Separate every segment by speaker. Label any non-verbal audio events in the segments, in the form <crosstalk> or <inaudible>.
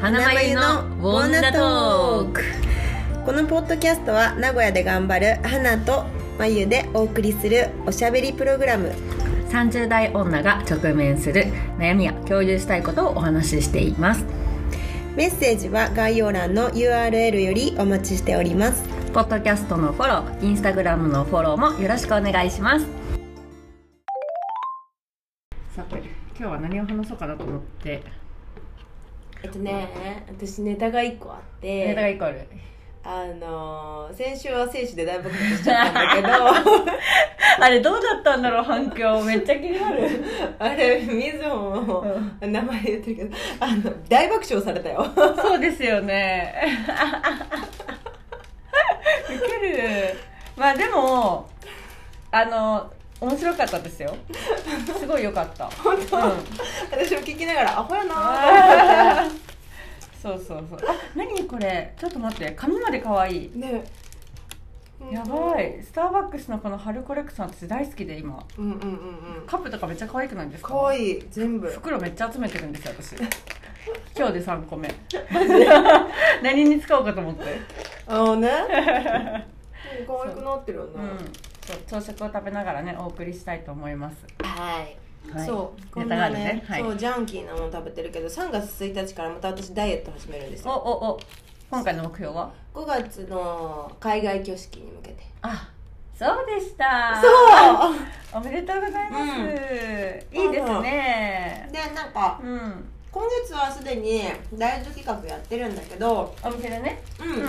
Speaker 1: 花眉のウォンダトーク
Speaker 2: このポッドキャストは名古屋で頑張る花と眉でお送りするおしゃべりプログラム
Speaker 1: 30代女が直面する悩みや共有したいことをお話ししています
Speaker 2: メッセージは概要欄の URL よりお待ちしております
Speaker 1: ポッドキャストのフォローインスタグラムのフォローもよろしくお願いしますさて今日は何を話そうかなと思って
Speaker 2: えっとね私ネタが1個あって
Speaker 1: ネタが一個ある
Speaker 2: あのー先週は選手で大爆発しちゃったんだけど
Speaker 1: <laughs> あれどうだったんだろう反響めっちゃ気になる <laughs>
Speaker 2: <laughs> あれみずほも名前言ってるけどあの大爆笑されたよ <laughs>
Speaker 1: そうですよね。ウケる。まあでも、あの、面白かったですよ。すごい良かった。本当、
Speaker 2: 私も聞きながらアホやなーと思
Speaker 1: あーそうそうそう。あ、何これ。ちょっと待って。紙まで可愛い。
Speaker 2: ってね
Speaker 1: やばい。スターバックスのこの春コレクション私大好きで今。
Speaker 2: うんうんうんうん
Speaker 1: カップとかめっちゃ可愛くないですか
Speaker 2: かわいい全部
Speaker 1: 袋めっちゃ集めてるんですよ私。今日で3個目。 <laughs> 何に使おうかと思って。
Speaker 2: あのね可愛くなってるよね
Speaker 1: う、ん、そう朝食を食べながらねお送りしたいと思います。
Speaker 2: はいそうこ
Speaker 1: ネ
Speaker 2: ん
Speaker 1: タがあ
Speaker 2: な
Speaker 1: る
Speaker 2: ね
Speaker 1: ね。はい。
Speaker 2: そ
Speaker 1: お
Speaker 2: うジャンキーなもの食べてるけど3月1日からまた私ダイエット始めるんです
Speaker 1: お
Speaker 2: よ
Speaker 1: お今回の目標は？
Speaker 2: 5月の海外挙式に向けて
Speaker 1: あ、そうでした。お
Speaker 2: そう
Speaker 1: めでとうございます。
Speaker 2: うん
Speaker 1: いいですね。
Speaker 2: でなんか
Speaker 1: うん。
Speaker 2: 今月はすでにダイエット企画やってるんだけど、
Speaker 1: お店でね。
Speaker 2: うん
Speaker 1: うんうん。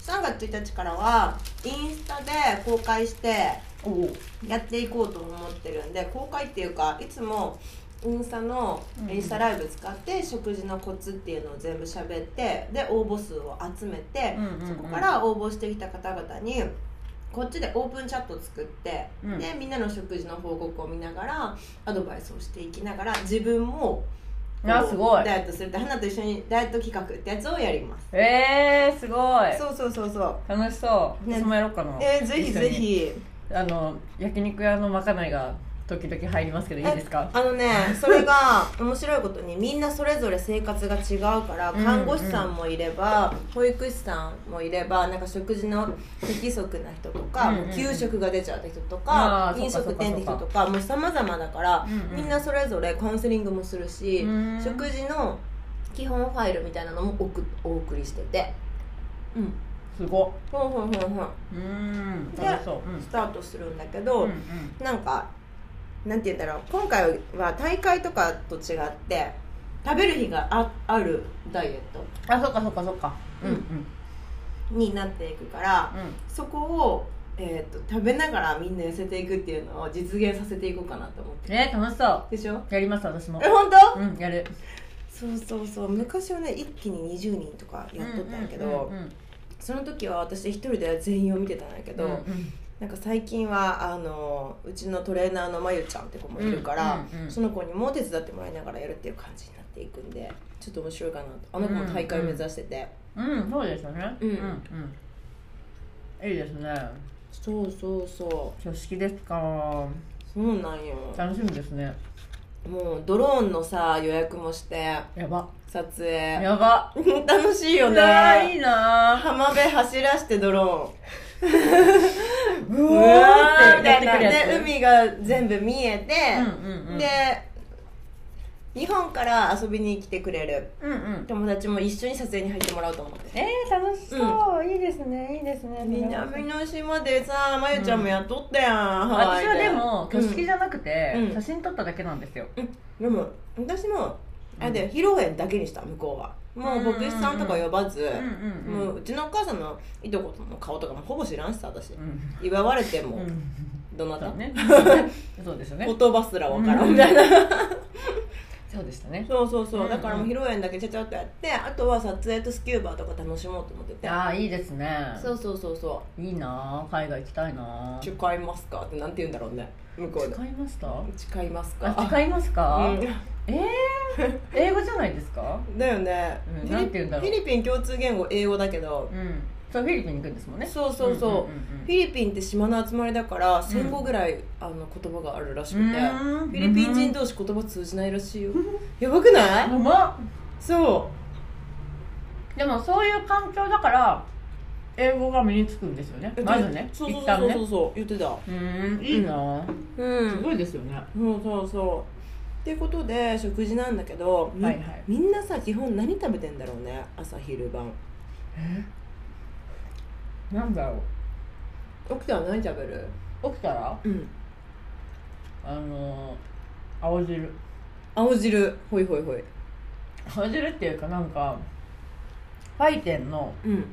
Speaker 2: 3月1日からはインスタで公開して
Speaker 1: おお。
Speaker 2: やっていこうと思ってるんで公開っていうかいつもインスタの
Speaker 1: うん
Speaker 2: インスタライブ使って食事のコツっていうのを全部喋ってで応募数を集めて
Speaker 1: うんうんうん
Speaker 2: そこから応募してきた方々にこっちでオープンチャット作って
Speaker 1: うん
Speaker 2: でみんなの食事の報告を見ながらアドバイスをしていきながら自分も
Speaker 1: あ
Speaker 2: こう
Speaker 1: すごい
Speaker 2: ダイエットするって花と一緒にダイエット企画ってやつをやります
Speaker 1: えー、すごい。
Speaker 2: そうそうそうそう
Speaker 1: 楽しそう。
Speaker 2: ね
Speaker 1: 私もやろうかな。
Speaker 2: えーぜひぜ
Speaker 1: 一緒に。
Speaker 2: ひ
Speaker 1: あの焼肉屋のまかないが時々入りますけどいいですか？
Speaker 2: あ
Speaker 1: <laughs>
Speaker 2: のねそれが面白いことにみんなそれぞれ生活が違うから
Speaker 1: うん
Speaker 2: 看護師さんもいれば、保育士さんもいればなんか食事の不規則な人とか、
Speaker 1: うんうんうん
Speaker 2: もう給食が出ちゃった人と
Speaker 1: あ
Speaker 2: か
Speaker 1: ー
Speaker 2: 飲
Speaker 1: そうか
Speaker 2: 食店って
Speaker 1: そうか
Speaker 2: 人
Speaker 1: そ
Speaker 2: とかもう様々だから、
Speaker 1: うんうん
Speaker 2: みんなそれぞれカウンセリングもするし、
Speaker 1: うん
Speaker 2: 食事の基本ファイルみたいなのもおくお送りしててうん
Speaker 1: すご
Speaker 2: ほんほんほんほん
Speaker 1: い。うーん。楽しそう。
Speaker 2: スタートするんだけ
Speaker 1: う
Speaker 2: ど、
Speaker 1: ん。うんうん。
Speaker 2: なんかなんて言うんだろう今回は大会とかと違って食べる日がああるダイエット
Speaker 1: あそっかそっかそっか
Speaker 2: うん
Speaker 1: うん
Speaker 2: になっていくからそこを、えー、と食べながらみんな痩せていくっていうのを実現させていこうかなと思って
Speaker 1: えー、楽しそう
Speaker 2: でしょ
Speaker 1: やります私も
Speaker 2: え本当
Speaker 1: うんやる
Speaker 2: そうそうそう昔はね一気に20人とかやっとったんやけど、
Speaker 1: うんうん
Speaker 2: その時は私一人で全員を見てたんやけど、
Speaker 1: うん
Speaker 2: なんか最近はあのうちのトレーナーのまゆちゃんって子もいるから、
Speaker 1: うんうんうん
Speaker 2: その子にも手伝ってもらいながらやるっていう感じになっていくんでちょっと面白いかなとあの子も大会目指してて、
Speaker 1: うんうんそうですよね
Speaker 2: うん
Speaker 1: うんいいですね
Speaker 2: そうそうそ
Speaker 1: 挙式ですか
Speaker 2: うそうなんよ
Speaker 1: 楽しみですね
Speaker 2: もうドローンのさ予約もして
Speaker 1: やば
Speaker 2: 撮影
Speaker 1: やば
Speaker 2: 楽しいよ
Speaker 1: うわー
Speaker 2: ね
Speaker 1: いいな
Speaker 2: 浜辺走らしてドロ
Speaker 1: ー
Speaker 2: ーン
Speaker 1: う
Speaker 2: う
Speaker 1: わー
Speaker 2: みたい
Speaker 1: や
Speaker 2: な
Speaker 1: ってくるやつ
Speaker 2: で海が全部見えて、
Speaker 1: うんうんうん
Speaker 2: で日本から遊びに来てくれる
Speaker 1: うんうん
Speaker 2: 友達も一緒に撮影に入ってもらおうと思って
Speaker 1: えー楽しそういいですねいいですね
Speaker 2: 南の島でさまゆちゃんもやっとったやん、ハワイ
Speaker 1: 私はでも挙式じゃなくて
Speaker 2: うん
Speaker 1: 写真撮っただけなんですよ
Speaker 2: でも私もあで披露宴だけにした向こうはもう牧師さんとか呼ばず、
Speaker 1: うんうんう
Speaker 2: も
Speaker 1: ん
Speaker 2: ううちのお母さんのいとことの顔とかもほぼ知らんしさ私
Speaker 1: うん
Speaker 2: 祝われて
Speaker 1: う
Speaker 2: も、
Speaker 1: ん
Speaker 2: どな
Speaker 1: そう
Speaker 2: た、
Speaker 1: だ <laughs> ねそうですよね
Speaker 2: 言葉すらわからんみたいな、
Speaker 1: そうでしたね
Speaker 2: そうそうそう、
Speaker 1: うん
Speaker 2: だからもう披露宴だけちゃちゃっとやってあとは撮影とスキューバーとか楽しもうと思ってて
Speaker 1: ああいいですね
Speaker 2: そうそうそうそ
Speaker 1: いいなあ海外行きたいなあ
Speaker 2: う「誓いますか?」ってなんて言うんだろうね向こうで
Speaker 1: 使いました
Speaker 2: 「誓いますか?」
Speaker 1: あ使いますか、
Speaker 2: う
Speaker 1: え <laughs> ー、英語じゃないですか
Speaker 2: んだよね、
Speaker 1: うん
Speaker 2: フィ
Speaker 1: なん
Speaker 2: リ
Speaker 1: て言うんだろう
Speaker 2: フィリピン共通言語英語だけど
Speaker 1: う、んそうフィリピンに行くんですもんね
Speaker 2: そうそうそう,、
Speaker 1: んんん
Speaker 2: フィリピンって島の集まりだから戦後ぐらい、あの言葉があるらしくて、
Speaker 1: う
Speaker 2: フ
Speaker 1: ーん
Speaker 2: ィリピン人同士言葉通じないらしいよ、やばくない
Speaker 1: うんうまっ
Speaker 2: そ
Speaker 1: でもそういう環境だから英語が身につくんですよねまずね
Speaker 2: そうそう
Speaker 1: 一
Speaker 2: そう
Speaker 1: 旦
Speaker 2: そう
Speaker 1: ね
Speaker 2: そう言ってた
Speaker 1: うーんいいな
Speaker 2: う
Speaker 1: すごいですよね
Speaker 2: そうそうそうってことで食事なんだけど、み
Speaker 1: はいはい
Speaker 2: みんなさ基本何食べてんだろうね朝昼晩
Speaker 1: なんだろ
Speaker 2: 起きたら何食べる
Speaker 1: う起きたら
Speaker 2: うん
Speaker 1: あのー青汁
Speaker 2: 青汁ほいほいほい
Speaker 1: 青汁っていうかなんかファイテンの
Speaker 2: うん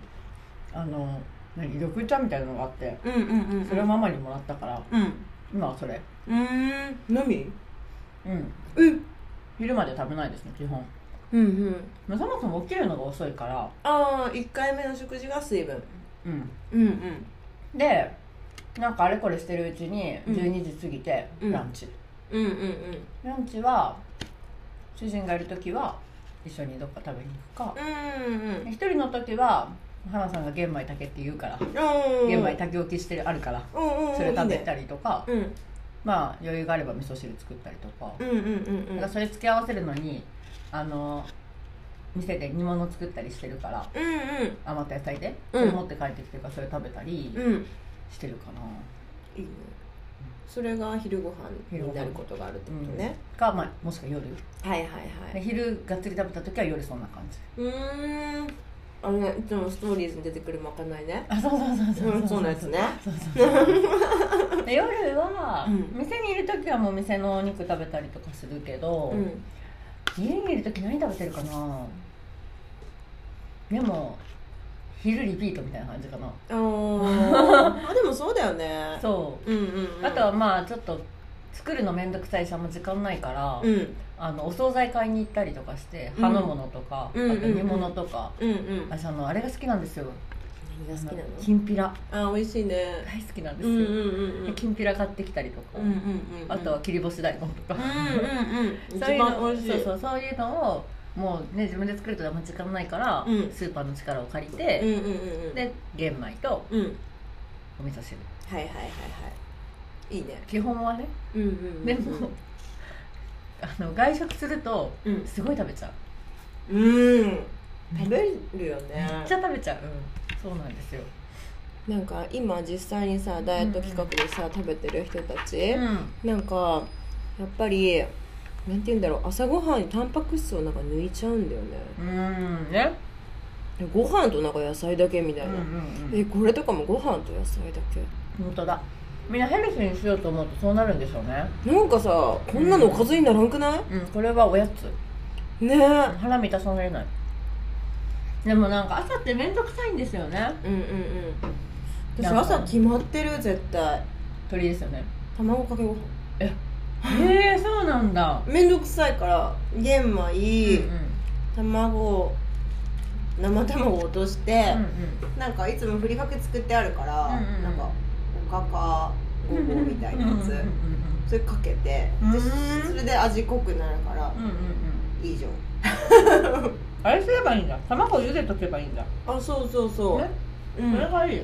Speaker 1: あの何緑茶みたいなのがあって
Speaker 2: うんうんうん
Speaker 1: それをママにもらったから
Speaker 2: うん
Speaker 1: 今はそれ
Speaker 2: うーんのみ
Speaker 1: うん
Speaker 2: うんうん
Speaker 1: 昼まで食べないですね基本
Speaker 2: うん
Speaker 1: まあそもそも起きるのが遅いから
Speaker 2: ああ1回目の食事が水分
Speaker 1: うん
Speaker 2: うんうん
Speaker 1: でなんかあれこれしてるうちに
Speaker 2: うん
Speaker 1: 12時過ぎて
Speaker 2: うん
Speaker 1: ランチ、
Speaker 2: うんうんうん
Speaker 1: ランチは主人がいる時は一緒にどっか食べに行くか
Speaker 2: うんうん
Speaker 1: で一人の時は花さんが玄米炊けって言うから
Speaker 2: うん
Speaker 1: 玄米炊き置きしてるあるから
Speaker 2: うんうんうん
Speaker 1: それ食べた
Speaker 2: い
Speaker 1: りとか
Speaker 2: いね
Speaker 1: まあ余裕があれば味噌汁作ったりとか
Speaker 2: うんうんうんうんう
Speaker 1: な
Speaker 2: ん
Speaker 1: んかそれ付け合わせるのにあの店で煮物作ったりしてるから
Speaker 2: うん
Speaker 1: 余った野菜で
Speaker 2: う
Speaker 1: そ
Speaker 2: ん
Speaker 1: れ持って帰ってきてるからそれ食べたり
Speaker 2: うんうん
Speaker 1: してるかな、
Speaker 2: いいねそれが昼ご飯
Speaker 1: 昼ご飯
Speaker 2: になることがあるってことね、
Speaker 1: か、まあ、もしくは夜
Speaker 2: はいはいは
Speaker 1: で
Speaker 2: い
Speaker 1: 昼がっつり食べた時は夜そんな感じ
Speaker 2: うーんあのねいつもストーリーズに出てくるまかないね
Speaker 1: あそうそうそうそう
Speaker 2: うんそうなんですね
Speaker 1: そうそうそうで夜は、
Speaker 2: うん
Speaker 1: 店にいる時はもう店のお肉食べたりとかするけど、
Speaker 2: うん
Speaker 1: 家にいる時何食べてるかなでも昼リピートみたいな感じかな
Speaker 2: あーあでもそうだよね
Speaker 1: そう
Speaker 2: うんうん、うん、
Speaker 1: あとはまあちょっと作るの面倒くさいしあんま時間ないから、
Speaker 2: うん
Speaker 1: あのお惣菜買いに行ったりとかして
Speaker 2: うん
Speaker 1: 葉のものとか、
Speaker 2: うんう
Speaker 1: あ
Speaker 2: ん
Speaker 1: と煮物とか、
Speaker 2: うんうん
Speaker 1: 私あのあれが好きなんですよ
Speaker 2: 何が好きなの
Speaker 1: きんぴら
Speaker 2: あー美味しいね
Speaker 1: 大好きなんで
Speaker 2: う
Speaker 1: す
Speaker 2: ん
Speaker 1: よ、
Speaker 2: うんう
Speaker 1: で
Speaker 2: ん
Speaker 1: きんぴら買ってきたりとか、
Speaker 2: うんうんうんうん
Speaker 1: あとは切り干し大根とか、
Speaker 2: うんうんうん
Speaker 1: <laughs>
Speaker 2: 一
Speaker 1: そういう
Speaker 2: 番
Speaker 1: の
Speaker 2: 美味し
Speaker 1: そう
Speaker 2: い
Speaker 1: そうそういうのをもうね自分で作るとあんま時間ないから、
Speaker 2: うん
Speaker 1: スーパーの力を借りて、
Speaker 2: んうんうんうん
Speaker 1: で玄米と
Speaker 2: うん
Speaker 1: お味噌汁
Speaker 2: はいはいはいはいいいね
Speaker 1: 基本はね
Speaker 2: うんうんうんうん
Speaker 1: でも、 <laughs> あの外食すると
Speaker 2: うん
Speaker 1: すごい食べちゃう
Speaker 2: うん食べるよね
Speaker 1: めっちゃ食べちゃう、うん、そうなんですよ、
Speaker 2: なんか今実際にさダイエット企画でさ、食べてる人たち、
Speaker 1: う
Speaker 2: なんかやっぱりなんて言うんだろう朝ごはんにタンパク質をなんか抜いちゃうんだよね
Speaker 1: ん、うんね
Speaker 2: ご飯となんか野菜だけみた
Speaker 1: う
Speaker 2: い
Speaker 1: ん
Speaker 2: な、
Speaker 1: うんうん
Speaker 2: えこれとかもご飯と野菜だ
Speaker 1: 本当だみんなヘルシーにしようと思うとそうなるんでしょうね
Speaker 2: けなんかさこんなのおかずにならんくない、
Speaker 1: うんこれはおやつ
Speaker 2: ねえ
Speaker 1: 腹満たされないでもなんか朝って面倒くさいんですよね
Speaker 2: うんうんうん私
Speaker 1: なんか
Speaker 2: 朝決まってる絶対
Speaker 1: 鳥ですよね
Speaker 2: 卵かけご飯
Speaker 1: へえそうなんだ
Speaker 2: めんどくさいから玄
Speaker 1: うんう
Speaker 2: 米、
Speaker 1: ん
Speaker 2: 卵生卵を落として、
Speaker 1: うん
Speaker 2: なんかいつもふりかけ作ってあるか
Speaker 1: う
Speaker 2: ら、
Speaker 1: んうんうん
Speaker 2: なんかおかかご
Speaker 1: うん
Speaker 2: ぼうみたいなや
Speaker 1: うんうん
Speaker 2: つそれかけてで
Speaker 1: うん
Speaker 2: それで味濃くなるから
Speaker 1: うんうんうんうん
Speaker 2: いいじゃん
Speaker 1: あれすればいいんだ卵を茹でとけばいいんだ
Speaker 2: あそうそうそ
Speaker 1: ね
Speaker 2: う、う
Speaker 1: それ
Speaker 2: ん、
Speaker 1: がいいよ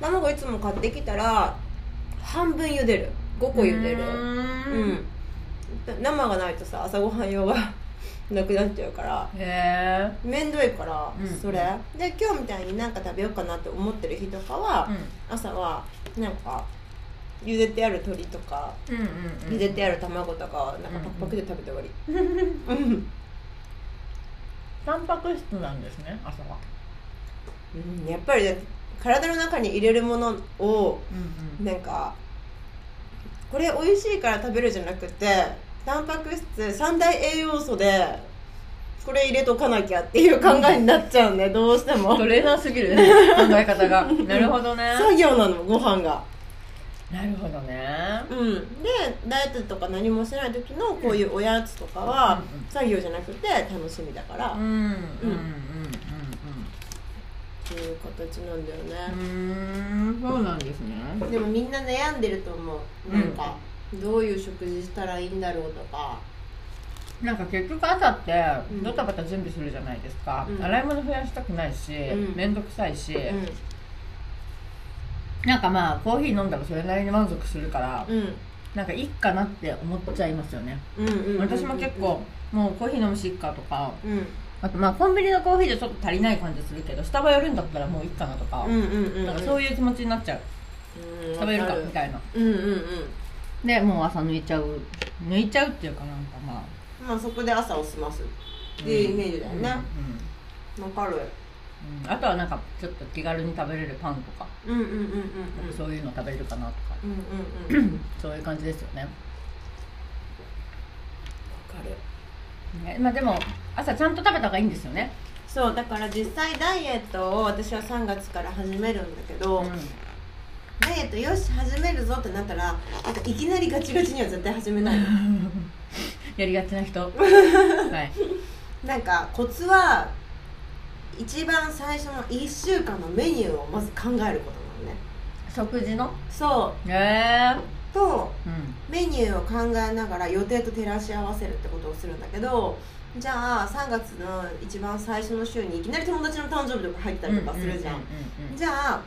Speaker 2: 卵いつも買ってきたら半分茹でる5個茹で
Speaker 1: う
Speaker 2: るう
Speaker 1: ーん
Speaker 2: ん生がないとさ朝ごはん用がなくなっちゃうから
Speaker 1: へえ
Speaker 2: めんどいから、
Speaker 1: うん
Speaker 2: それで今日みたいになんか食べようかなって思ってる日とかは、朝はなんか茹でてある鶏とか
Speaker 1: うんうんうん
Speaker 2: 茹でてある卵とかはなんかパクパクで食べて終わりうん、
Speaker 1: タンパク質なんですね朝は
Speaker 2: うんやっぱりね体の中に入れるものを
Speaker 1: うんうん
Speaker 2: なんかこれ美味しいから食べるじゃなくてタンパク質三大栄養素でこれ入れとかなきゃっていう考えになっちゃうねどうしても
Speaker 1: トレーナーすぎるね考え方 <laughs> がなるほどね
Speaker 2: 作業なのご飯が
Speaker 1: なるほどね
Speaker 2: うんでダイエットとか何もしてない時のこういうおやつとかは
Speaker 1: うんうん
Speaker 2: 作業じゃなくて楽しみだから
Speaker 1: うんうんうんうん
Speaker 2: っていう形なんだよね、
Speaker 1: うんうーんそうなんですね
Speaker 2: でもみんな悩んでると思うなんか、どういう食事したらいいんだろうとか
Speaker 1: なんか結局朝って
Speaker 2: うん
Speaker 1: ドタバタ準備するじゃないですか、
Speaker 2: うん
Speaker 1: 洗い物増やしたくないし
Speaker 2: うん
Speaker 1: 面倒、くさいし、
Speaker 2: う
Speaker 1: なんかまあコーヒー飲んだらそれなりに満足するから、
Speaker 2: んうん
Speaker 1: なんかいっかなって思っちゃいますよね、
Speaker 2: うんうんうんうん
Speaker 1: 私も結構もうコーヒー飲むしいっかとか
Speaker 2: うん
Speaker 1: あとまあコンビニのコーヒーじゃちょっと足りない感じするけどスタバやるんだったらもういいかなとか,、
Speaker 2: うんうんうん
Speaker 1: なんかそういう気持ちになっちゃう
Speaker 2: うん
Speaker 1: 食べるかみたいな
Speaker 2: うんうんうん
Speaker 1: でもう朝抜いちゃう抜いちゃうっていうかなんかまあ
Speaker 2: まあそこで朝を済ますっていうイメージだよねわ、か
Speaker 1: う
Speaker 2: る
Speaker 1: んうんあとはなんかちょっと気軽に食べれるパンとか、
Speaker 2: うんうんうんうんうん
Speaker 1: そういうの食べれるかなとか、
Speaker 2: うんうんうんわ
Speaker 1: そういう感じですよね
Speaker 2: かる
Speaker 1: ねまあでも朝ちゃんと食べた方がいいんですよね
Speaker 2: そうだから実際ダイエットを私は3月から始めるんだけど、ダイエットよし始めるぞってなったらなんかいきなりガチガチには絶対始めないの
Speaker 1: やりがちな
Speaker 2: <laughs>
Speaker 1: 人はい
Speaker 2: なんかコツは一番最初の1週間のメニューをまず考えることなのね
Speaker 1: 食事の
Speaker 2: そ
Speaker 1: へえ
Speaker 2: うと
Speaker 1: うん
Speaker 2: メニューを考えながら予定と照らし合わせるってことをするんだけどじゃあ3月の一番最初の週にいきなり友達の誕生日とか入ったりとかするじゃん,、
Speaker 1: うううん
Speaker 2: じゃあ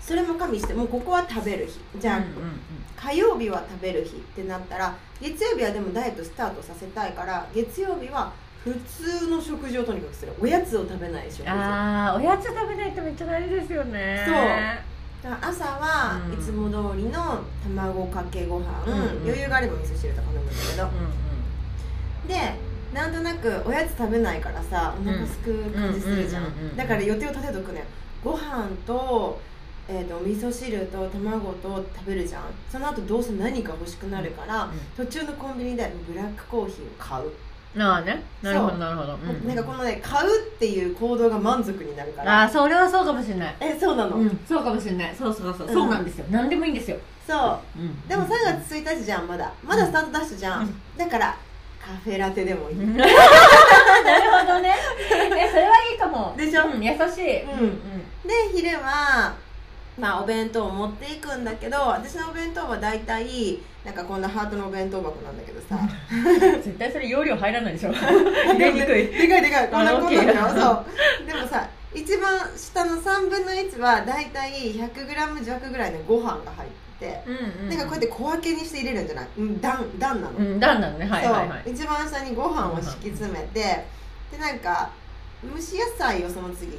Speaker 2: それも加味してもうここは食べる日じゃあ、
Speaker 1: うんうんうん
Speaker 2: 火曜日は食べる日ってなったら月曜日はでもダイエットスタートさせたいから月曜日は普通の食事をとにかくするおやつを食べない食事だか
Speaker 1: ああおやつ食べないとめっちゃ大事ですよね
Speaker 2: ら朝は
Speaker 1: うん
Speaker 2: いつも通りの卵かけご飯、
Speaker 1: うんうん
Speaker 2: 余裕があれば味噌汁とか飲むんだけど
Speaker 1: う、ん
Speaker 2: でなんとなくおやつ食べないからさお腹すく感じするじゃ
Speaker 1: うんうんうんうんうん
Speaker 2: んだから予定を立てとくねご飯とえー、と味噌汁と卵と食べるじゃんその後どうせ何か欲しくなるから、途中のコンビニでブラックコーヒーを買う、
Speaker 1: うんああねなるほ
Speaker 2: そ
Speaker 1: ど
Speaker 2: う
Speaker 1: なるほど、うん
Speaker 2: なんかこのね買うっていう行動が満足になるか
Speaker 1: あ
Speaker 2: ら
Speaker 1: あそれはそうかもしれない
Speaker 2: えそうなの、
Speaker 1: うんそうかもしれないそうそうそう、
Speaker 2: うん
Speaker 1: そうなんですよ何でもいいんですよ、
Speaker 2: そ
Speaker 1: うん
Speaker 2: うでも3月1日じゃんまだまだスタートダッシュじゃん、
Speaker 1: うん
Speaker 2: だからカフェラテでもいい、
Speaker 1: うんなるほど <laughs> ねえそれはいいかも
Speaker 2: でしょ
Speaker 1: うん優しい
Speaker 2: うんで昼はまあお弁当を持っていくんだけど私のお弁当は大体なんかこんなハートのお弁当箱なんだけどさ
Speaker 1: 絶対それ容量入 <laughs> らないでしょ入れにくい
Speaker 2: でかいでかいこんな
Speaker 1: あ
Speaker 2: こん
Speaker 1: 大きい
Speaker 2: なのよそうでもさ一番下の3分の1は大体 100g 弱ぐらいのご飯が入って
Speaker 1: うんう
Speaker 2: て
Speaker 1: ん
Speaker 2: なんかこうやって小分けにして入れるんじゃないうん段段なの、
Speaker 1: うん段なのねはいはいはい
Speaker 2: そう一番下にご飯を敷き詰めて、でなんか蒸し野菜をその次に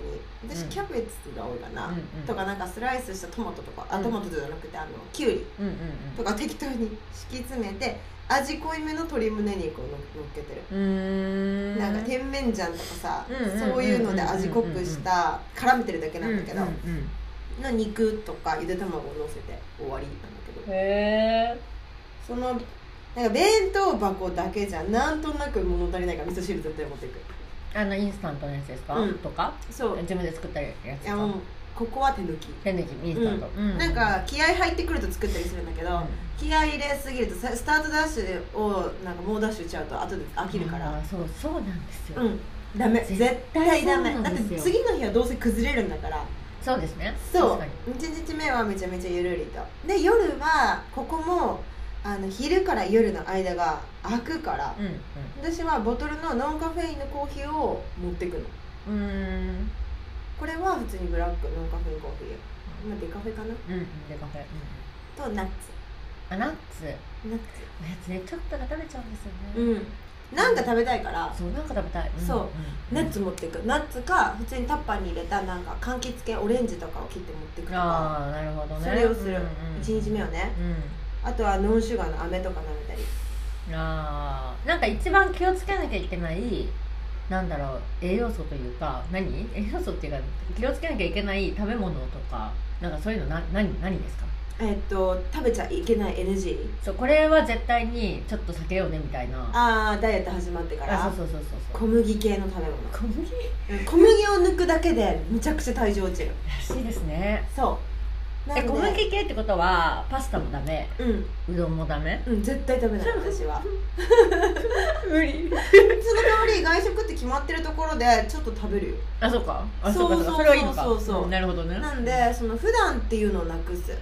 Speaker 2: 私
Speaker 1: うん
Speaker 2: キャベツが多いかな、
Speaker 1: うんうん
Speaker 2: とかなんかスライスしたトマトとかあ
Speaker 1: うん
Speaker 2: トマトじゃなくてあのきゅうり
Speaker 1: うんうん
Speaker 2: とか適当に敷き詰めて味濃いめの鶏胸肉をのっけてる、
Speaker 1: うんうーん
Speaker 2: なんか甜麺醤とかさ、
Speaker 1: うんうんうん
Speaker 2: そういうので味濃くした絡めてるだけなんだけど、
Speaker 1: うんうんうん
Speaker 2: の肉とかゆで卵をのせて終わりなんだけど
Speaker 1: へえ
Speaker 2: そのなんか弁当箱だけじゃなんとなく物足りないから味噌汁絶対持っていく
Speaker 1: あのインスタントのやつですか、
Speaker 2: うん
Speaker 1: とか
Speaker 2: そう
Speaker 1: 自分で作ったやつ
Speaker 2: い
Speaker 1: と
Speaker 2: や
Speaker 1: か
Speaker 2: もうここは手抜き
Speaker 1: 手抜きインスタント、う
Speaker 2: なんか気合入ってくると作ったりするんだけど、
Speaker 1: う
Speaker 2: 気合入れすぎるとさスタートダッシュをなんか猛ダッシュしちゃうと後で飽きるか
Speaker 1: あ
Speaker 2: ら
Speaker 1: ーそうそうなんですよ、
Speaker 2: うんダメ
Speaker 1: 絶
Speaker 2: 絶
Speaker 1: 対
Speaker 2: 対ダメ
Speaker 1: そうな
Speaker 2: だ
Speaker 1: ん
Speaker 2: っ
Speaker 1: ですよ
Speaker 2: て次の日はどうせ崩れるんだから
Speaker 1: そうですね
Speaker 2: そう
Speaker 1: 確かに
Speaker 2: 1日目はめちゃめちゃゆるりとで夜はここもあの昼から夜の間が空くから、
Speaker 1: うん
Speaker 2: 私はボトルのノンカフェインのコーヒーを持ってくの
Speaker 1: うんうん
Speaker 2: これは普通にブラックノンカフェインコーヒーまあデカフェかな
Speaker 1: うんでカフェ、う
Speaker 2: とナッ
Speaker 1: ん、あナッツおや
Speaker 2: ツナッツ
Speaker 1: つねちょっとが食べちゃうんですよね、
Speaker 2: うんなんか食べたいから
Speaker 1: そうなんか食べたい、ん
Speaker 2: そう、
Speaker 1: ん
Speaker 2: ナッツ持ってくナッツか普通にタッパーに入れたなんか柑橘系オレンジとかを切って持ってくとか
Speaker 1: ああなるほどね
Speaker 2: それをする、
Speaker 1: うん
Speaker 2: 一1日目はね
Speaker 1: うん
Speaker 2: あとはノンシュガーの飴とか舐めたり
Speaker 1: うんああなんか一番気をつけなきゃいけないなんだろう栄養素というか何栄養素っていうか気をつけなきゃいけない食べ物とかなんかそういうのな何何ですか
Speaker 2: えっと食べちゃいけない NG
Speaker 1: そうこれは絶対にちょっと避けようねみたいな
Speaker 2: ああダイエット始まってから
Speaker 1: そうそうそうそうそう
Speaker 2: 小麦系の食べ物
Speaker 1: 小麦
Speaker 2: 小麦を抜くだけでむちゃくちゃ体重落ちる
Speaker 1: らしいですね
Speaker 2: そうな
Speaker 1: え
Speaker 2: んで
Speaker 1: 小麦系ってことはパスタもダメ
Speaker 2: うん
Speaker 1: うどんもダメ
Speaker 2: うん絶対食べない私は
Speaker 1: <laughs> 無理
Speaker 2: その代わり外食って決まってるところでちょっと食べるよ
Speaker 1: あそうかあそ
Speaker 2: そうう
Speaker 1: か
Speaker 2: そ
Speaker 1: そう
Speaker 2: うそ
Speaker 1: か
Speaker 2: う
Speaker 1: それはいいのか
Speaker 2: そうそう
Speaker 1: なるほどね
Speaker 2: なんでその普段っていうのをなくす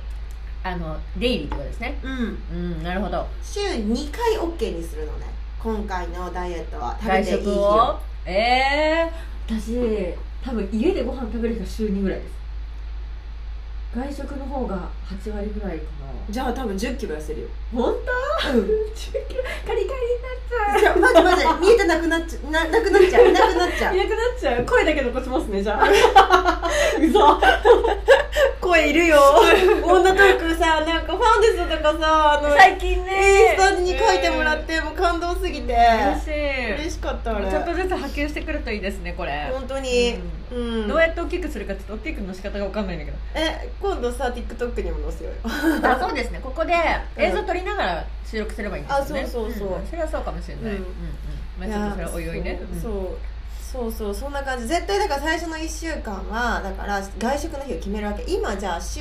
Speaker 1: あのデイリーってことですね
Speaker 2: うん
Speaker 1: うんなるほど
Speaker 2: 週2回 OK にするのね今回のダイエットは食
Speaker 1: 外
Speaker 2: べていい日
Speaker 1: 食
Speaker 2: を
Speaker 1: をええ私多分家でご飯食べる人週2ぐらいです
Speaker 3: 外食の方が8割ぐらいかな
Speaker 2: じゃあ多分1 0キロ痩せるよ
Speaker 3: 本当、うん、10キロカリカリになっ
Speaker 2: じゃあまずまず見えてなくなっちゃななくなっちゃうなくなっち
Speaker 3: ち
Speaker 2: ゃ
Speaker 3: ゃう
Speaker 2: う
Speaker 3: いなくなっちゃう声
Speaker 1: <laughs>
Speaker 3: だけ残しますねじゃあ嘘
Speaker 2: <laughs> 声いるよ女トークさなんかファンデスとかさあの
Speaker 1: 最近
Speaker 2: イ
Speaker 1: ね
Speaker 2: ンスタに書いてもらって、もう感動すぎて
Speaker 1: 嬉し
Speaker 2: 嬉
Speaker 1: い
Speaker 2: しかったあれ
Speaker 1: ちょっとずつ波及してくるといいですねこれ、
Speaker 2: 本当に、うん
Speaker 1: どうやって大きくするかちょっと大きくの仕方が分かんないんだけど
Speaker 2: え今度さ TikTok にも載せようよ
Speaker 1: あそうですねここで映像撮りながら収録すればいいんですよね
Speaker 2: あそうそうそうん
Speaker 1: それはそうかもしれない、
Speaker 2: う
Speaker 1: うんんうんまあ、ちょっとそれはおいおいねうん
Speaker 2: そうそうそうそうそんな感じ絶対だから最初の1週間はだから外食の日を決めるわけ今じゃあ週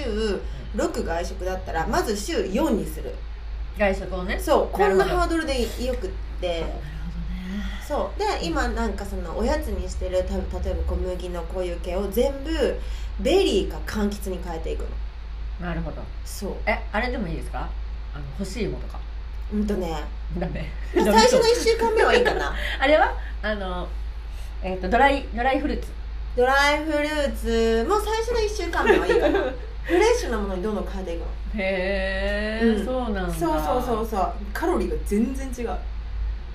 Speaker 2: 6外食だったらまず週4にする
Speaker 1: 外食をね
Speaker 2: そうこん
Speaker 1: な
Speaker 2: な
Speaker 1: るほど
Speaker 2: ハードルでよくってそうで今なんかそのおやつにしてるた例えば小麦のこういう系を全部ベリーか柑橘に変えていくの
Speaker 1: なるほど
Speaker 2: そう
Speaker 1: えあれでもいいですかあの欲しいものとか
Speaker 2: うんとね
Speaker 1: ダメ
Speaker 2: 最初の1週間目はいいかな
Speaker 1: あれはあのえっ、とドライドライフルーツ
Speaker 2: ドライフルーツも最初の1週間目はいいかなフレッシュなものにどんどん変えていくの
Speaker 1: へ
Speaker 2: うん
Speaker 1: そうなんだ
Speaker 2: そうそうそうそうカロリーが全然違うだ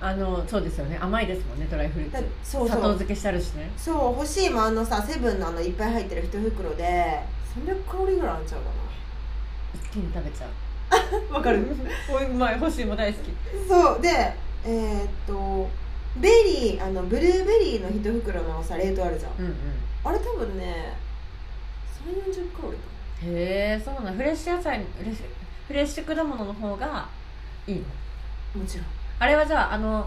Speaker 1: あのそうですよね甘いですもんねドライフルーツ
Speaker 2: そう
Speaker 1: 砂糖
Speaker 2: そう
Speaker 1: 漬けしてあるしね
Speaker 2: そう欲しいもんあのさセブンのあのいっぱい入ってる一袋で300カロリーぐらいあんちゃうか
Speaker 1: 一気に食べちゃう
Speaker 2: なわかる <laughs>
Speaker 1: おいうまい欲しいも大好き
Speaker 2: そうでえーっとベリーあのブルーベリーの一袋のさ冷凍あるじゃん
Speaker 1: うんうん
Speaker 2: あれ多分ね3 4 0カロリーか
Speaker 1: へえそうなんフレッシュ野菜フレッシュフレッシュ果物の方がいいの
Speaker 2: なもちろん
Speaker 1: あれはじゃああの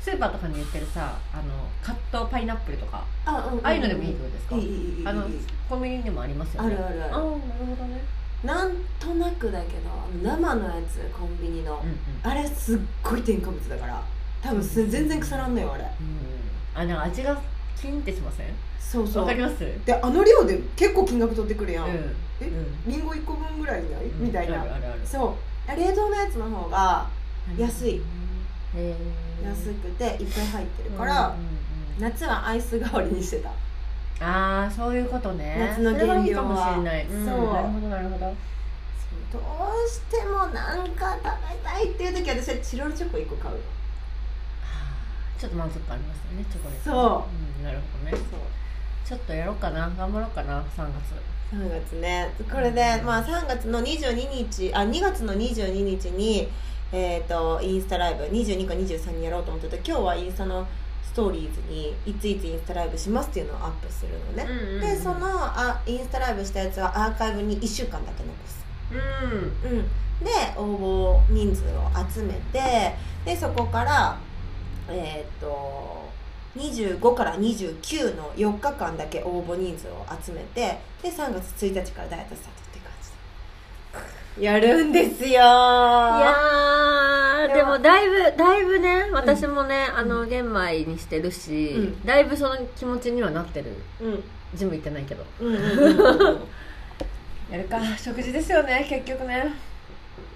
Speaker 1: スーパーとかに売ってるさあのカットパイナップルとか
Speaker 2: あ,、うん
Speaker 1: ああいうのでもいいってことですか
Speaker 2: いいいいいいいい
Speaker 1: あのコンビニにもありますよ
Speaker 2: あ
Speaker 1: ね
Speaker 2: るあるあ
Speaker 1: あ
Speaker 2: る
Speaker 1: あなるほどね
Speaker 2: なんとなくだけどあの生のやつコンビニの
Speaker 1: うんうん
Speaker 2: あれすっごい添加物だから多分す全然腐らんのよあれ
Speaker 1: うんあなんか味がキンってしません
Speaker 2: そうそ
Speaker 1: わ
Speaker 2: う
Speaker 1: かりますうん
Speaker 2: であの量で結構金額取ってくるやん、え
Speaker 1: うん
Speaker 2: リンゴ1個分ぐらいいない、
Speaker 1: うん
Speaker 2: みたいな
Speaker 1: あるあるある
Speaker 2: そう冷凍のやつの方が安い
Speaker 1: へえ
Speaker 2: 安くていっぱい入ってるから、
Speaker 1: うんうんうん
Speaker 2: 夏はアイス代わりにしてた
Speaker 1: ああそういうことね
Speaker 2: 夏の原料
Speaker 1: それ
Speaker 2: は
Speaker 1: はいいかもしれない、うん、
Speaker 2: そう
Speaker 1: なるほどなるほど
Speaker 2: どうしてもなんか食べたいっていう時は私はチロルチョコ1個買う
Speaker 1: ちょっと満足感ありますよねチョコレート、
Speaker 2: そう
Speaker 1: ん、なるほどね
Speaker 2: そ
Speaker 1: ちょっとやろうかな頑張ろうかな3月
Speaker 2: う3月ねこれで、まあ、3月の22日あ2月の22日にえー、とインスタライブ22か23にやろうと思ってて今日はインスタのストーリーズにいついつインスタライブしますっていうのをアップするのね、
Speaker 1: うん
Speaker 2: でそのあインスタライブしたやつはアーカイブに1週間だけ残す、
Speaker 1: うん
Speaker 2: うん、で応募人数を集めてでそこからえーっと25から29の4日間だけ応募人数を集めてで3月1日からダイエットスタートって感じやるんですよい
Speaker 1: い
Speaker 2: や
Speaker 1: やー
Speaker 2: で
Speaker 1: で
Speaker 2: も
Speaker 1: もだいぶだいぶね私もね、あの玄米にしてるし、
Speaker 2: うん
Speaker 1: だいぶその気持ちにはなってる
Speaker 2: うん
Speaker 1: ジム行ってないけど
Speaker 2: うんうんうん <laughs> うん、
Speaker 1: やるか食事ですよね結局ね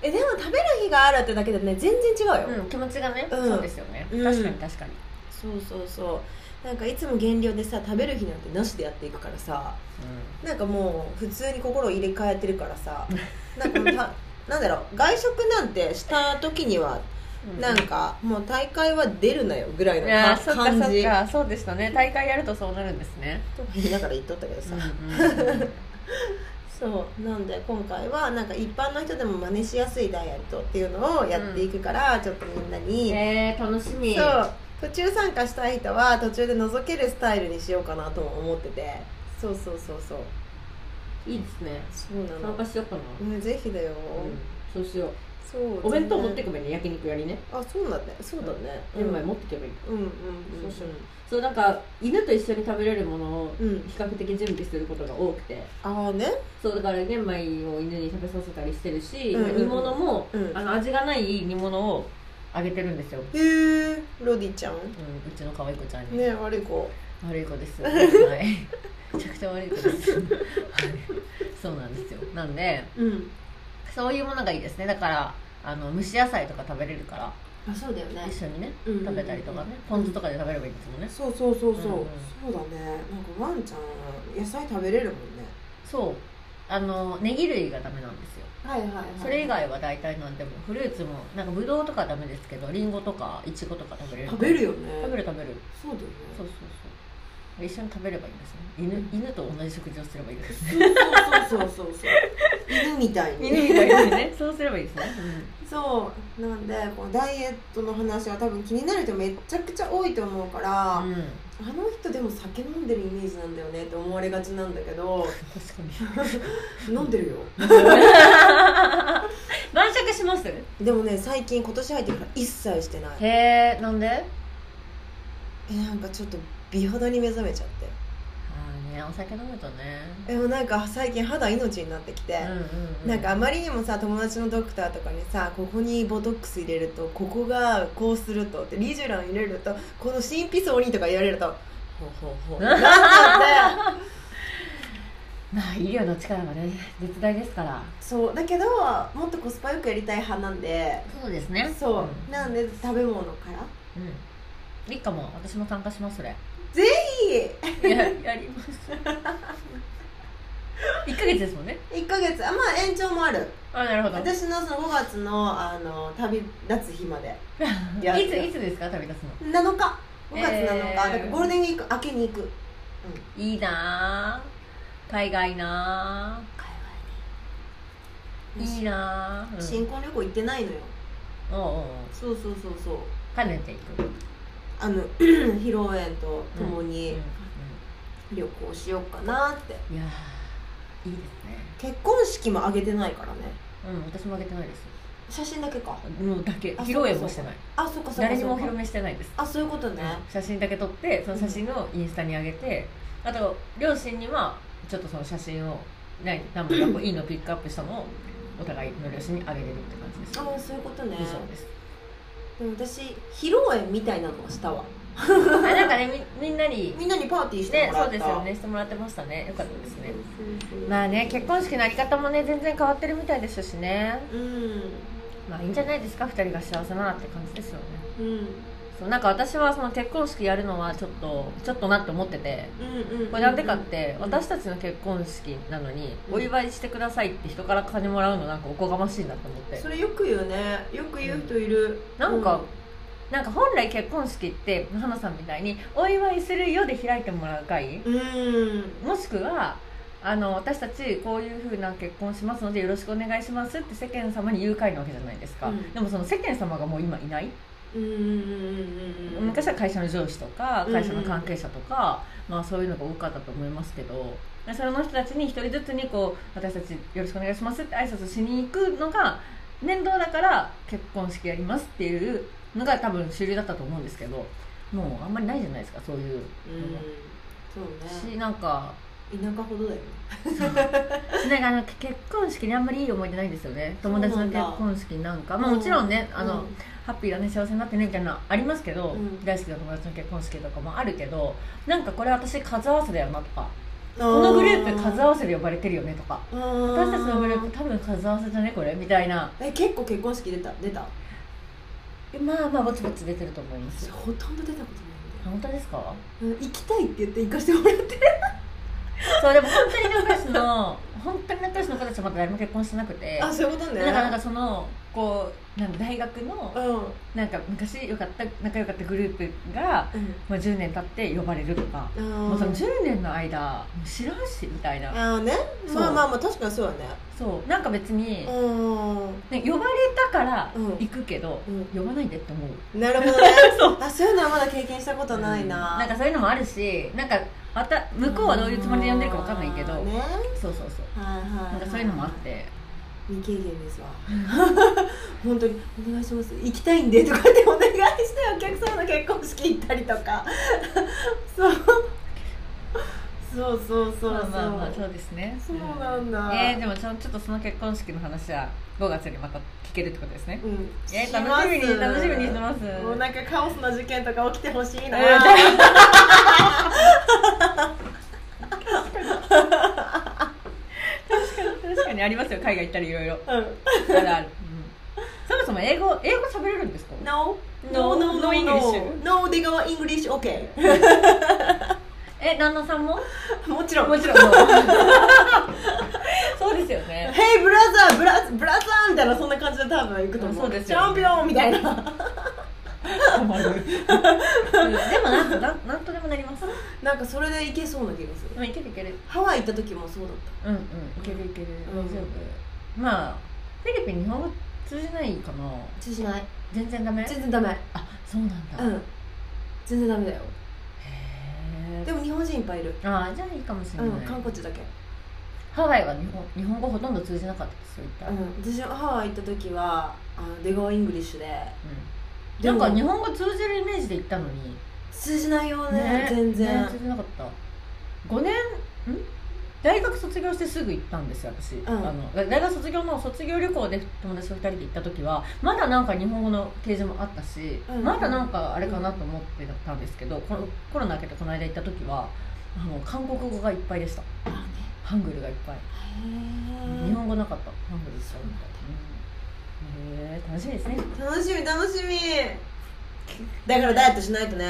Speaker 2: えでも食べる日があるってだけでね全然違うよ、
Speaker 1: うん気持ちがね、
Speaker 2: うん
Speaker 1: そうですよね、
Speaker 2: うん
Speaker 1: 確かに確かに
Speaker 2: そうそうそうなんかいつも減量でさ食べる日なんてなしでやっていくからさなんかもう普通に心を入れ替えてるか
Speaker 1: <laughs>
Speaker 2: らさなんかもうたなんだろう外食なんてした時には
Speaker 1: う
Speaker 2: なんかもう大会は出るなよぐらいの
Speaker 1: いやー
Speaker 2: か
Speaker 1: そっか
Speaker 2: 感
Speaker 1: そっ
Speaker 2: じ
Speaker 1: かそうでしたね大会やるとそうなるんですね、
Speaker 2: とか言いながら言っとったけどさ、 <laughs> そうなんで今回はなんか一般の人でも真似しやすいダイエットっていうのをやっていくから、ちょっとみんなに、
Speaker 1: えー、楽しみ
Speaker 2: そう途中参加したい人は途中で覗けるスタイルにしようかなとも思っててそうそうそうそう
Speaker 1: いいですね
Speaker 2: そうな
Speaker 1: 参加しようかな、
Speaker 2: ね、ぜひだよ、
Speaker 1: そうしよう
Speaker 2: そう
Speaker 1: お弁当持って
Speaker 2: く
Speaker 1: くべね焼肉よりね
Speaker 2: あそうだねそうだね、
Speaker 1: 玄
Speaker 2: うん
Speaker 1: 米持ってけばいい、
Speaker 2: うんうんうん
Speaker 1: そうしよそうなんか犬と一緒に食べれるものを比
Speaker 2: うんうん
Speaker 1: 較的準備することが多くて
Speaker 2: ああね
Speaker 1: そうだから玄米を犬に食べさせたりしてるし、
Speaker 2: うんうんうん
Speaker 1: 煮物も、
Speaker 2: うん
Speaker 1: あの味がない煮物をあげてるんですよ、
Speaker 2: へえロディちゃん
Speaker 1: うん、うちの可愛い子ちゃんに、
Speaker 2: ね悪い子
Speaker 1: 悪い子
Speaker 2: <laughs>
Speaker 1: です。はい。めちゃくちゃ悪い子です。はい。そうなんですよ。なんで、
Speaker 2: うん
Speaker 1: そういうものがいいですね。だから、あの蒸し野菜とか食べれるから、
Speaker 2: あそうだよね
Speaker 1: 一緒にね、
Speaker 2: うんうんう
Speaker 1: 食
Speaker 2: ん
Speaker 1: べたりとかね、ポン酢とかで食べればいいんですもんね。
Speaker 2: そうそうそうそう、
Speaker 1: うんうん
Speaker 2: そうだねなんかワンちゃん野菜食べれるもんね
Speaker 1: そう。あのネギ類がダメなんですよ
Speaker 2: はいはいはい
Speaker 1: それ以外は大体なんでもフルーツもなんかブドウとかダメですけどリンゴとかイチゴとか食べれる
Speaker 2: 食べるよね
Speaker 1: 食べる食べる
Speaker 2: そうだよね
Speaker 1: そうそうそう一緒に食べればいいんですね犬犬と同じ食事をすればいいですね
Speaker 2: そうそうそう <laughs> そうそう犬みたいに
Speaker 1: 犬みたいにね <laughs> そうすればいいですね、
Speaker 2: そうなんでこうダイエットの話は多分気になる人めちゃくちゃ多いと思うから、
Speaker 1: うん、確
Speaker 2: あの人でも酒飲んでるイメージなんだよねって思われがちなんだけ <laughs> ど
Speaker 1: かに
Speaker 2: 飲んでるよ
Speaker 1: <laughs> 晩酌します
Speaker 2: でもね最近今年入ってから一切してない
Speaker 1: へえなんであ
Speaker 2: えなんかちょっと美肌に目覚めちゃって
Speaker 1: あねお酒飲むとね
Speaker 2: でもなんか最近肌命になってきて、
Speaker 1: うんうん、うん、
Speaker 2: なんかあまりにもさ友達のドクターとかにさここにボトックス入れるとここがこうするとってリジュラン入れるとこの神秘層にとか言われるとほうほうほうなっち <laughs> ゃって
Speaker 1: まあ医療の力がね絶大ですから
Speaker 2: そうだけどもっとコスパよくやりたい派なんで
Speaker 1: そうですね
Speaker 2: そう、
Speaker 1: ん
Speaker 2: なんで食べ物から
Speaker 1: うんリカも私も参加しますそれ
Speaker 2: い
Speaker 1: いや <laughs> やります <laughs> 一ヶ月ですもんね
Speaker 2: い1ヶ月あまあ延長もある
Speaker 1: あなるほど
Speaker 2: 私のその5月のあの旅立つ
Speaker 1: <laughs>
Speaker 2: 日までや
Speaker 1: いついつですか旅立つの
Speaker 2: 7日5月7日、
Speaker 1: えー
Speaker 2: だからゴールデンウィーク明けに行く
Speaker 1: いいなぁ海外なぁいいなぁ、うん、
Speaker 2: 新婚旅行行ってないのよ
Speaker 1: おうおうおう
Speaker 2: そうそうそうそう
Speaker 1: かねていく
Speaker 2: あの <clears throat> 披露宴と共
Speaker 1: うん
Speaker 2: に
Speaker 1: うん
Speaker 2: 旅行しようかなって
Speaker 1: うんいやーいいですね
Speaker 2: 結婚式も挙げてないからね
Speaker 1: うん私もあげてないです
Speaker 2: 写真だけか
Speaker 1: もうだけ
Speaker 2: あ
Speaker 1: 披露宴もしてない
Speaker 2: あそっかそっか
Speaker 1: 誰にもお
Speaker 2: そ
Speaker 1: 披
Speaker 2: っ
Speaker 1: 露
Speaker 2: か
Speaker 1: 目してないです
Speaker 2: あそういうことね、
Speaker 1: 写真だけ撮ってその写真をインスタに上げて、あと両親にはちょっとその写真を何何枚かこういいのピックアップしたのをお互いの両親にあげれるって感じです、
Speaker 2: あそういうことね
Speaker 1: 以上です
Speaker 2: でも私披露宴みたいなのはしたわ
Speaker 1: あなんかねみみんなに
Speaker 2: みんなにパーティーして
Speaker 1: ね
Speaker 2: もら
Speaker 1: そう
Speaker 2: った
Speaker 1: ですよねしてもらってましたねよかったですね
Speaker 2: そうそうそう
Speaker 1: まあね結婚式のあり方もね全然変わってるみたいですしね
Speaker 2: うん
Speaker 1: まあいいんじゃないですか2人が幸せならって感じですよね
Speaker 2: うんうん
Speaker 1: そうなんか私はその結婚式やるのはちょっとちょっとなって思ってて
Speaker 2: うん
Speaker 1: これなんでかって
Speaker 2: うん
Speaker 1: 私たちの結婚式なのに
Speaker 2: うん
Speaker 1: お祝いしてくださいって人から金もらうのなんかおこがましいなと思って
Speaker 2: それよく言うねよく言う人いる、
Speaker 1: なんかなんか本来結婚式って花さんみたいにお祝いするよで開いてもらう会
Speaker 2: うん、うん
Speaker 1: もしくはあの私たちこういうふうな結婚しますのでよろしくお願いしますって世間様に言う会なわけじゃないですか、
Speaker 2: うん
Speaker 1: でもその世間様がもう今いない、
Speaker 2: うんうんうん
Speaker 1: 昔は会社の上司とか
Speaker 2: うん
Speaker 1: 会社の関係者とか、まあ、そういうのが多かったと思いますけどでそれの人たちに一人ずつにこう私たちよろしくお願いしますって挨拶しに行くのが年度だから結婚式やりますっていうのが多分主流だったと思うんですけどもうあんまりないじゃないですかそういう
Speaker 2: うんそうね
Speaker 1: しなんか
Speaker 2: 田舎ほどだよね
Speaker 1: なんかあの結婚式にあんまりいい思い出ないんですよね友達の結婚式なんかまあ、
Speaker 2: うん
Speaker 1: もちろんねあの、
Speaker 2: うん
Speaker 1: ハッピーだね幸せになってねみたいなのありますけど、
Speaker 2: うん
Speaker 1: 大好きな友達の結婚式とかもあるけどなんかこれ私数合わせだよなとかこのグループ数合わせで呼ばれてるよねとか
Speaker 2: あー
Speaker 1: 私たちのグループ多分数合わせじゃねこれみたいな
Speaker 2: え結構結婚式出た出た
Speaker 1: まあまあぼちぼち出てると思います
Speaker 2: 私
Speaker 1: あ
Speaker 2: ほとんど出たこと
Speaker 1: 本当ですか
Speaker 2: ないんだよ、うん、行きたいって言って行かせてもらって
Speaker 1: そうでも本当に仲良しの本当に仲良しの子たちはまだ誰も結婚してなくて
Speaker 2: あそういうことね
Speaker 1: だからなんかそのこうなんか大学の
Speaker 2: うん、うん、
Speaker 1: なんか昔よかった仲良かったグループが、まあ、10年経って呼ばれるとか、
Speaker 2: あ
Speaker 1: もうその
Speaker 2: ー
Speaker 1: 10年の間知らんしみたいな、
Speaker 2: あーね
Speaker 1: そう
Speaker 2: まあまあまあ確かにそうだね
Speaker 1: そうなんか別に、
Speaker 2: うん
Speaker 1: ね、呼ばれたから
Speaker 2: うん
Speaker 1: 行くけど、
Speaker 2: うん
Speaker 1: 呼ばないでって思う
Speaker 2: なるほど
Speaker 1: <laughs>
Speaker 2: ねあそういうのはまだ経験したことないな、
Speaker 1: なんかそういうのもあるしなんかまた向こうはどういうつもりで呼んでるかわかんないけど、
Speaker 2: あーね
Speaker 1: そうそうそう
Speaker 2: はいはいはい
Speaker 1: なんかそういうのもあって
Speaker 2: 未経験ですわ <laughs> 本当に「お願いします行きたいんで」とかってお願いしてお客様の結婚式行ったりとか <laughs> そうそうそうそうそう、
Speaker 1: まあまあまあそうですね
Speaker 2: そうなんだ
Speaker 1: えーでもちょちょっとその結婚式の話は5月にまた聞けるってことですね
Speaker 2: うん
Speaker 1: え
Speaker 2: し
Speaker 1: ー、
Speaker 2: ま
Speaker 1: 楽
Speaker 2: す
Speaker 1: しみに楽しみにしてます
Speaker 2: もうなんかカオスな事件とか起きてほしいな、
Speaker 1: 確かにありますよ海外行ったらいろいろ
Speaker 2: うん
Speaker 1: あるある、そもそも英語英語喋れるんですか
Speaker 2: No
Speaker 1: No,
Speaker 2: No
Speaker 1: no
Speaker 2: No
Speaker 1: English
Speaker 2: No No 出川 English OK
Speaker 1: え旦那さんも
Speaker 2: <laughs> もちろん
Speaker 1: もちろんそうそうですよね
Speaker 2: ヘイブラザーブラブラザーみたいなそんな感じで多分行くと思う
Speaker 1: そうです
Speaker 2: チ
Speaker 1: よ
Speaker 2: ャンピオンみたいな
Speaker 1: うんでもなんとなんなんとでもなりますう
Speaker 2: なんかそれで行けそうな気がする
Speaker 1: んいけるいける
Speaker 2: ハワイ行った時もそうだっ
Speaker 1: うんうんいけるいける
Speaker 2: う
Speaker 1: 大
Speaker 2: ん
Speaker 1: 丈夫まあフィリピン日本語通じないかな
Speaker 2: た通じない
Speaker 1: 全然ダメ
Speaker 2: 全然ダメ
Speaker 1: あそうなんだ、
Speaker 2: う
Speaker 1: へ
Speaker 2: ん全然ダメだよ
Speaker 1: え
Speaker 2: でも日本人いっぱいいる
Speaker 1: あーじゃあいいかもしれ
Speaker 2: う
Speaker 1: ない、
Speaker 2: ん観光地だけ
Speaker 1: ハワイは日本日本語ほとんど通じなかったですよ行ったら、
Speaker 2: うん私ハワイ行った時はあの出川イングリッシュで
Speaker 1: うん
Speaker 2: で
Speaker 1: なん
Speaker 2: も
Speaker 1: か日本語通じるイメージで行ったのに
Speaker 2: 通じないよね
Speaker 1: ね
Speaker 2: 全然、
Speaker 1: ね通じなかった5年ん大学卒業してすぐ行ったんですよ私、
Speaker 2: ん
Speaker 1: あの大学卒業の卒業旅行で友達と2人で行った時はまだなんか日本語の掲示もあったし、
Speaker 2: うん
Speaker 1: まだなんかあれかなと思ってたんですけど、このコロナ明けてこの間行った時はあの韓国語がいっぱいでした
Speaker 2: あね
Speaker 1: ハングルがいっぱい、
Speaker 2: へ
Speaker 1: 日
Speaker 2: ー
Speaker 1: 本語なかったハングルでしたみたいな、うんへえ楽しいですね
Speaker 2: 楽しみ楽しみだからダイエット
Speaker 1: <laughs>
Speaker 2: しないとね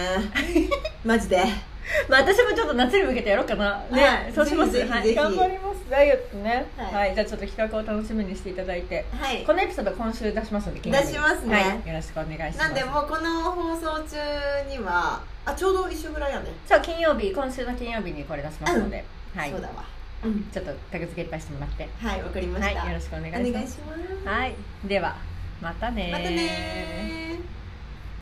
Speaker 2: マジで
Speaker 1: まあ、私もちょっと夏に向けてやろうかな。ね、
Speaker 2: はい
Speaker 1: そうします。
Speaker 2: ぜひぜひ
Speaker 1: はい、
Speaker 2: ぜひ
Speaker 1: 頑張ります。ダイエットね、
Speaker 2: は
Speaker 1: はいい。じゃあ、ちょっと企画を楽しみにしていただいて。
Speaker 2: はい
Speaker 1: このエピソード、今週出しますので。金曜日に
Speaker 2: 出しますね
Speaker 1: はい、よろしくお願いします。
Speaker 2: なんでもうこの放送中にはあちょうど一緒ぐらいやね、
Speaker 1: そう、金曜日、今週の金曜日にこれ出しますので。はい
Speaker 2: そう。だわうん
Speaker 1: ちょっとタグ付けいっぱいしてもらって。
Speaker 2: はいわかりま
Speaker 1: は
Speaker 2: し
Speaker 1: い、
Speaker 2: た、
Speaker 1: よろ
Speaker 2: し
Speaker 1: しくお願い
Speaker 2: お願い
Speaker 1: し
Speaker 2: し
Speaker 1: ま。
Speaker 2: ますす
Speaker 1: はい、では、またねー
Speaker 2: またねー